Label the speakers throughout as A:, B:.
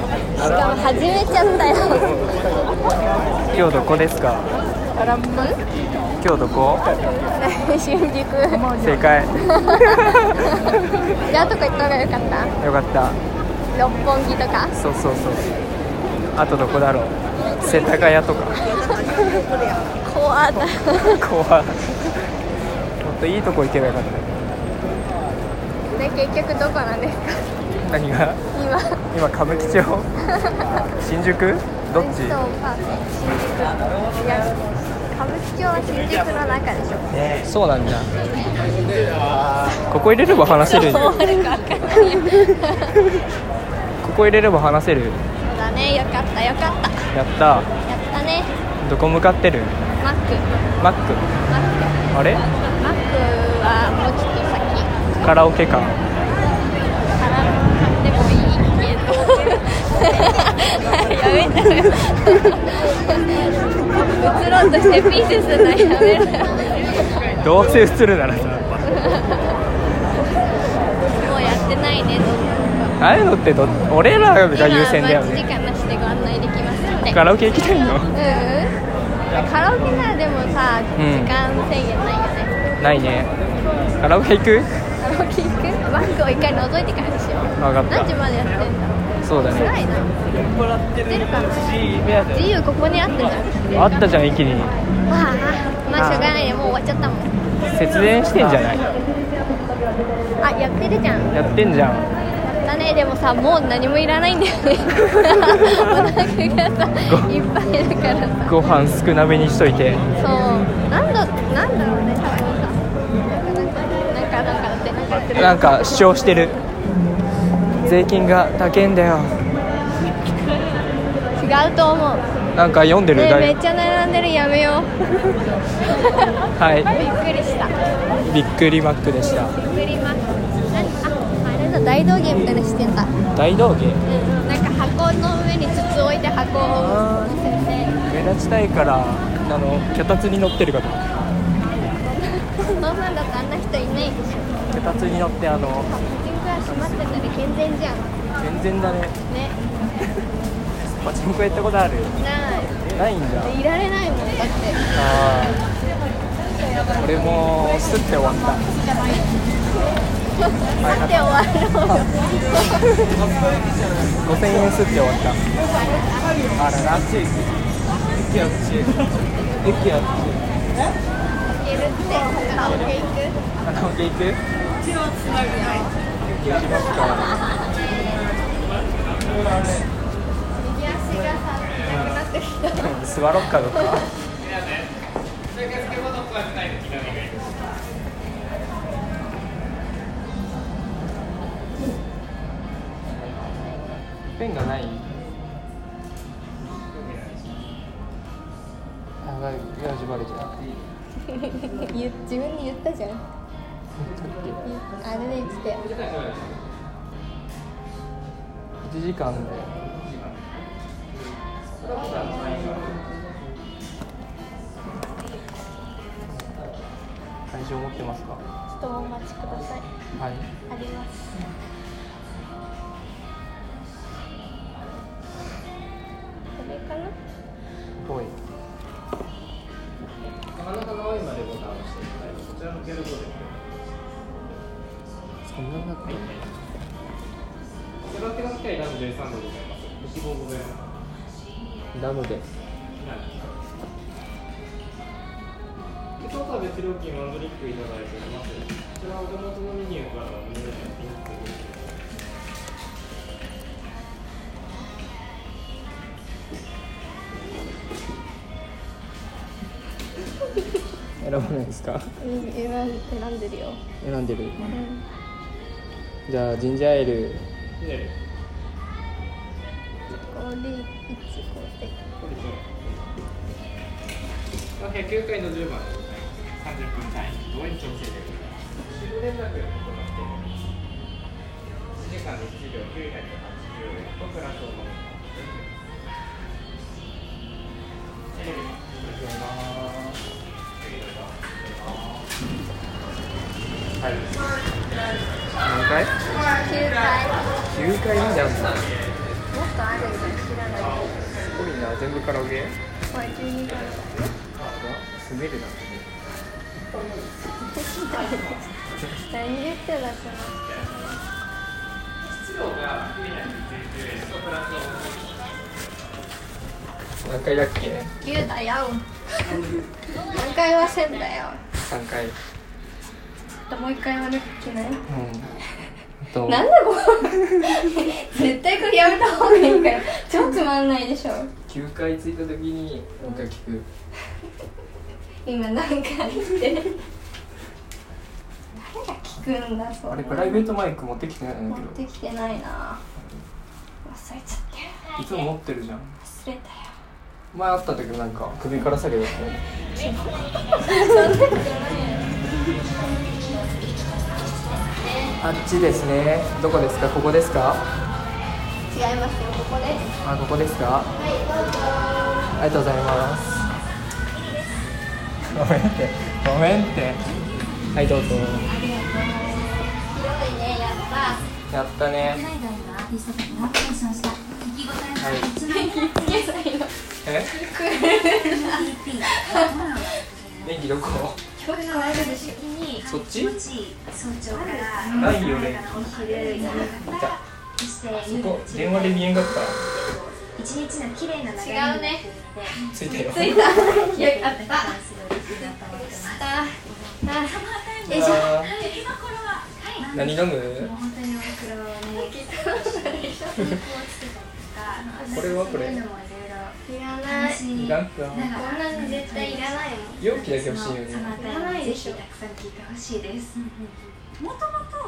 A: しかも始めちゃったよ
B: 今日どこですか今日どこ
A: 新宿
B: 正解
A: じゃあとこ行った方がよかった
B: よかった
A: 六本木とか
B: そうそうそうあとどこだろう世田谷とか
A: 怖だ
B: 怖いもっといいとこ行けばよかった
A: で結局どこなんですか
B: 何が
A: 今
B: 今歌舞伎町新宿どっち
A: そうパーク新宿いや歌舞伎町は新宿の中でしょ
B: そうなんだここ入れれば話せるこ
A: 終わるか分かんない
B: こ入れれば話せる
A: そうだねよかったよかった
B: やった
A: やったね
B: どこ向かってる
A: マック
B: マック
A: マック
B: あれ
A: マックはもうちょっと先
B: カラオケか
A: からでもいいけどやめてよ映ろうとしてピースするのやめろよ
B: どうせ映るならさ
A: もうやってないね
B: ああいうのってど俺らが優先だよ
A: 今待ち
B: ね
A: 時間なしでご案内できますので
B: カラオケ行きたいの
A: うんうんカラオケならでもさ、
B: うん
A: 時間制限ないよね
B: ないねカラオケ行く
A: カラオケ行くバッグを一回覗いてからにしよう
B: 分かっ
A: 何時
B: た
A: までやってんだ
B: そうだ
A: 辛
B: ね
A: いな出るかな自由ここにあったじゃん
B: あったじゃん一気に
A: ああまあしょうがないねもう終わっちゃったもん
B: 節電してんじゃない
A: あやってるじゃん
B: やってんじゃん
A: だねでもさもう何もいらないんだよねお腹がさいっぱいだからさ
B: ご飯少なめにしといて
A: そうなんだなんだろうね多分さなんかなんかなんかってなんかってる
B: なんか主張してる税金が高えんだよ
A: 違うと思う
B: なんか読んでる
A: ね
B: だ
A: め
B: い
A: っちゃ並んでるやめよう
B: はい
A: びっくりしたびっ
B: びっくりマックでした
A: くります何ああれだ大道芸みたいなのしてんだ
B: 大道芸
A: うんなんか箱の上に筒置いて箱を乗せて
B: 目立ちたいからあの脚立に乗ってるかと思っ
A: そんなんだとあんな人いないでしょ
B: た脚立に乗ってあの
A: パッキングは閉まってたら健全じゃん
B: 全然だね
A: ね
B: パチンコやったことある
A: な
B: ないんだ
A: いいられないもんだって
B: あー俺もすって終わった
A: さて終わろうよ
B: 5000円すって終わったあららしい駅やっち駅やっち
A: いけるってカラオケ行く
B: カラオケ行く行きますか
A: 右足がさなくなってきた
B: 座ろっかどっかペンがないあ、がガジバレじゃん
A: 言自分に言ったじゃん言あれね言ってたよ
B: 1時間で会場持ってますか
A: ちょっとお待ちください
B: は
A: あ
B: い
A: りますこれかな
B: 遠いそんなんなってんのラムで
C: 別料金ワンドリップいただいております。こちらはお手元のメニューからメニューにリンクをご記入
B: 選ばないですか
A: うん選ん選んでるよ
B: 選んでる
A: うん
B: じゃあジンジャーエール
C: で、
A: これ一個で
C: これで、まあ、109回の10番でございます。30分単位、動員調整でございます。終連絡を行っております。1時間で1秒980円とプラスを持テレビ
B: 何回
A: 9回
B: 9回まであった
A: もっとあるよ。とあるんだよ知らない
B: すごいな全部カラオケ
A: これ12から
B: あ住めるな
A: 何言ってたかな
B: 何回だっけ
A: 9だよ何回はせんだよ
B: 3回うん
A: ちょっともう一回悪くきない
B: どう
A: なんでこう絶対これやめた方がいいから超つまんないでしょ
B: 9回ついた時にもう一回聞く
A: 今何回って誰が聞くんだそれ
B: あれプライベートマイク持ってきてないんだ
A: 持っ
B: け
A: てきてないな忘れちゃってる
B: どいつも持ってるじゃん
A: 忘れたよ
B: 前会った時もなんか首から下げだったよねあっちですねどこですかここですか
A: 違いますよここです
B: あここですか
A: はい
B: ありがとうございます。ごめんって、ごめんって。はい、どうぞ。
A: どうぞありがとうございます広いねやっ ぱ
B: やった
D: 海
B: ね。
D: 外のアーティストがコラボレーションした聞き応えの1枚
A: つけないの
B: え、
D: PPP が
B: ネギどこ。
A: 曲変わるでしょ
D: に
B: そっち。
D: 早朝から
B: ないよね。
D: お昼夜
B: 見た。
D: そして
B: そ
D: 夜
B: こ、電話で見えんかった。
D: 一日の綺麗な流れに
A: 違うね
B: ついたよ。
A: ついたいやあったあ
D: た
A: あ
B: よいし何飲む。
D: 本当にお袋をねピンクをつけたりとか
B: これはこれ
D: そういうのもいろいろ
A: いらない
D: 楽し
B: い
D: い
B: らんか。
D: なん
A: こんなに絶対いらないもん
B: 容器だけ欲しいよ
D: その
B: ね。
D: あたりぜひたくさん聞いてほしいです。
E: もとも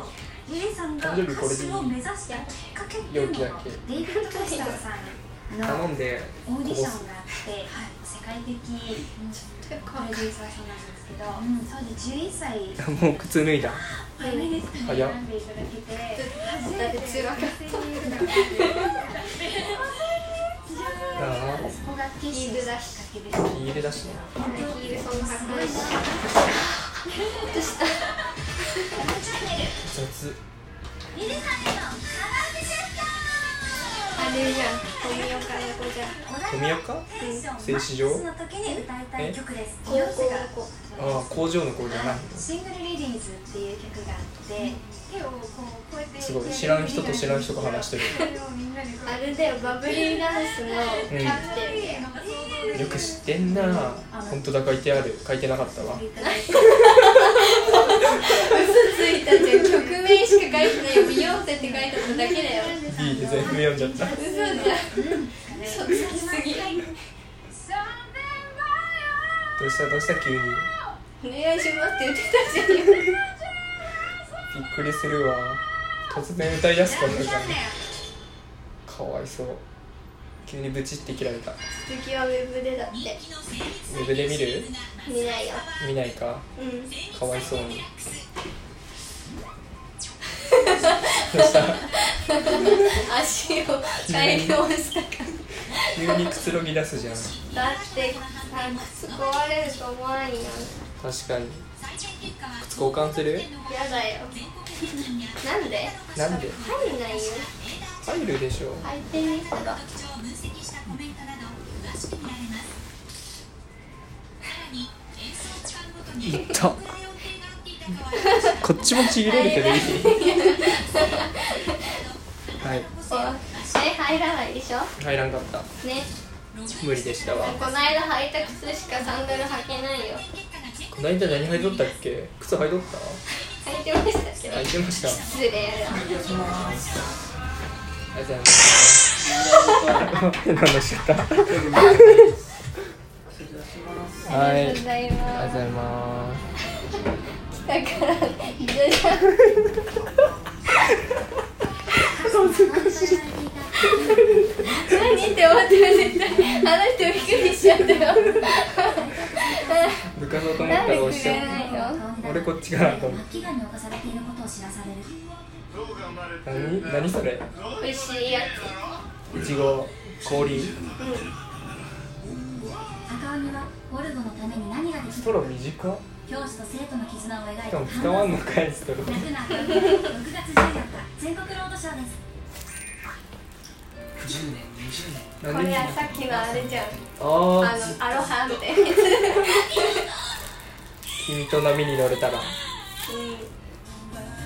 E: とゆりさんが
B: 誕生日これ
E: 歌
B: でいい
E: 手を目指したきっかけってい
B: 容
E: う
B: 器
E: の
B: だ
E: は
B: け。
D: デイビッド・カスターさんの
B: 頼んで。
D: オーディシ
B: こ
D: ョンがあって、世界的プロデューサーさんなんですけど、当時11歳で
B: ぼすもう靴脱いだ。
D: 選んでいただ
B: 早っ
D: け
A: だ
D: て、
A: って強かった
B: あ
D: そこが決心したきっかけです。
B: あ、入れだしね。
A: ヒールそんなかっこいいし
B: 雑。
A: あれじゃん富岡の子じゃん
B: 富岡。製糸場。
E: その時に歌いたい曲です
A: 高校の子
B: ああ、工場の子じゃない。
D: シングルリリーズっていう曲があって、手をこうこうやって
B: すごい、知らん人と知らん人が話してる。
A: あれだよバブリーダンスのキャプテン
B: よく知ってんな。本当だ、書いてある。書いてなかったわ。
A: ついたじゃん曲名しか書いてないよビヨンセって書いてただけだよ
B: B で全部読んじゃった。
A: 嘘じゃんそっちすぎ
B: どうしたどうした急に。び
A: お願いしますって言ってたじゃん今
B: っくりするわ。突然歌い出すからなかわいそう。急にブチって切られた。ウ
A: 続きはウェブでだって
B: ェブで見る
A: 見ないよ
B: 見ないか。
A: うん
B: かわいそうに。どうした
A: 足を改良したか
B: 急にくつろぎ出すじゃん。
A: らだってあ靴壊れると思わんよ
B: 確かに。靴交換する
A: やだよなんで
B: なんで
A: 入んないよ
B: 入るでしょ。
A: 履いてみたら
B: いった。こっちもちぎれるけどいい。はい。
A: え入らないでしょ
B: 入らんかった。
A: ね
B: 無理でしたわ。
A: こないだ履いた靴しかサンダル履けないよ
B: こないだ何履いとったっけ靴履いとっ
A: 履いてましたけ
B: た
A: ど
B: 履いてました
A: 失礼だ
B: ありがとうございます何の話だったは
A: あ
B: い
A: りがとうござい
B: ありがとうご
A: ま
B: ざいます
A: だからじゃじゃん何って思ってる絶対あの人びっくりしちゃったよ
B: す抜かそうと思った
A: なん
B: ら
A: で
B: 押
A: く
B: しち
A: れ
B: ゃう
A: ないの
B: 俺こっちかなと思っ
D: 飢餓に侵されていることを知らされる。
B: た何何それ
A: 美味しいやつ
B: いちご氷
D: 赤鬼はゴルゴのために何ができ
B: ス
D: る
B: トロー短っ
D: 教師と生徒の絆を描い
B: したか
D: ハ
B: も
D: ン
B: 使わんのかいストロー
D: 楽な赤鬼は6月14日全国ロードショーです。
C: 10年20年
B: 何
A: これはさっきのあれじゃん
B: あ
A: あの
B: ー
A: アロハみたいなや
B: 君と波に乗れたら
A: つに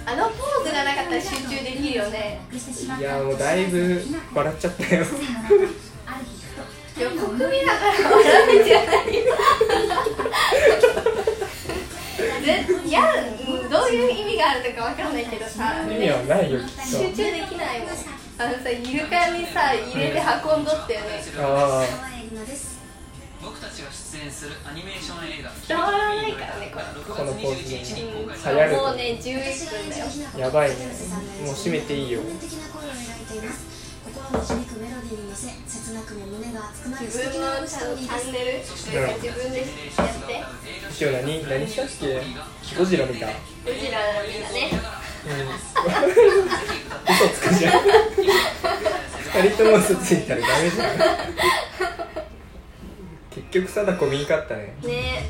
A: あのポーズがなかったら集中できるよね
E: なくしてしまっ
B: い
E: た
B: やもうだいぶ笑っちゃったよ
E: ある日ふと
A: いや国民だから笑うんじゃないよぜいやどういう意味があるのかわかんないけどさ
B: 意味はないよきっ
A: 集中できないもんあのさイルカにさ入れて運んどったよね
B: とあ
E: 川栄里奈です
C: 僕たちが出演するアニメーション映画「
A: 伝わらないからねこれ
B: あこのポーズ
C: 21日
B: ね
C: に公開
B: 流行る
A: もうね11
E: 私が
A: 分
E: 演
A: だ
E: じ
A: よ
E: るひなこと
B: やばいね
E: 片寄さんが演じる
B: もう閉めていいよ
E: 表面的な声を描いています心に響くメロディーに乗せ切なくも胸が熱くなる
A: 自
E: 素敵
A: 分
E: な
A: の
E: ラブ
A: チ
E: スト
A: ャ
E: ーリーです
A: ンネル自分でやって
B: 一応何何したっけゴジラ見たうん
A: うちらのみんなね
B: 嘘つくじゃん二人とも嘘ついたらダメじゃん結局貞子見んかったね
A: ね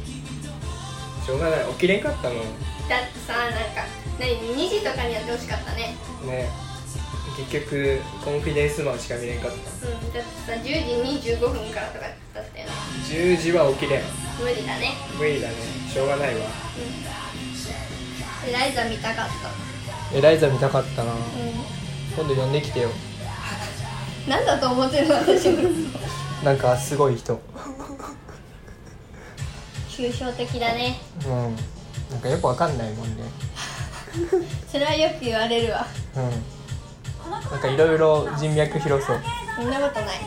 B: しょうがない起きれんかったもん
A: だってさなんか何2時とかにやってほしかったね
B: ね結局コンフィデンスマンしか見れんかった
A: うんだってさ10時25分からとかだったよね
B: 10時は起きれん
A: 無理だね
B: 無理だねしょうがないわ
A: エライザ見たかった
B: エライザ見たかったな
A: う
B: 今度呼んできてよ
A: んなんだと思ってるの私も
B: なんかすごい人
A: 抽象的だね
B: うんなんかよくわかんないもんね
A: それはよく言われるわ
B: うんなんかいろいろ人脈広そう
A: そんなことない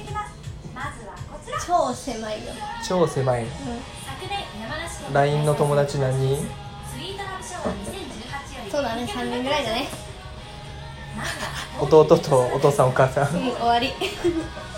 E: まずはこちら
A: 超狭いよ
B: 超狭い
E: 昨年山梨県
B: LINE の友達何人
E: スイートラブショー2018より
A: そうだね3年ぐらいだね
B: 弟とお父さんお母さん
A: うん終わり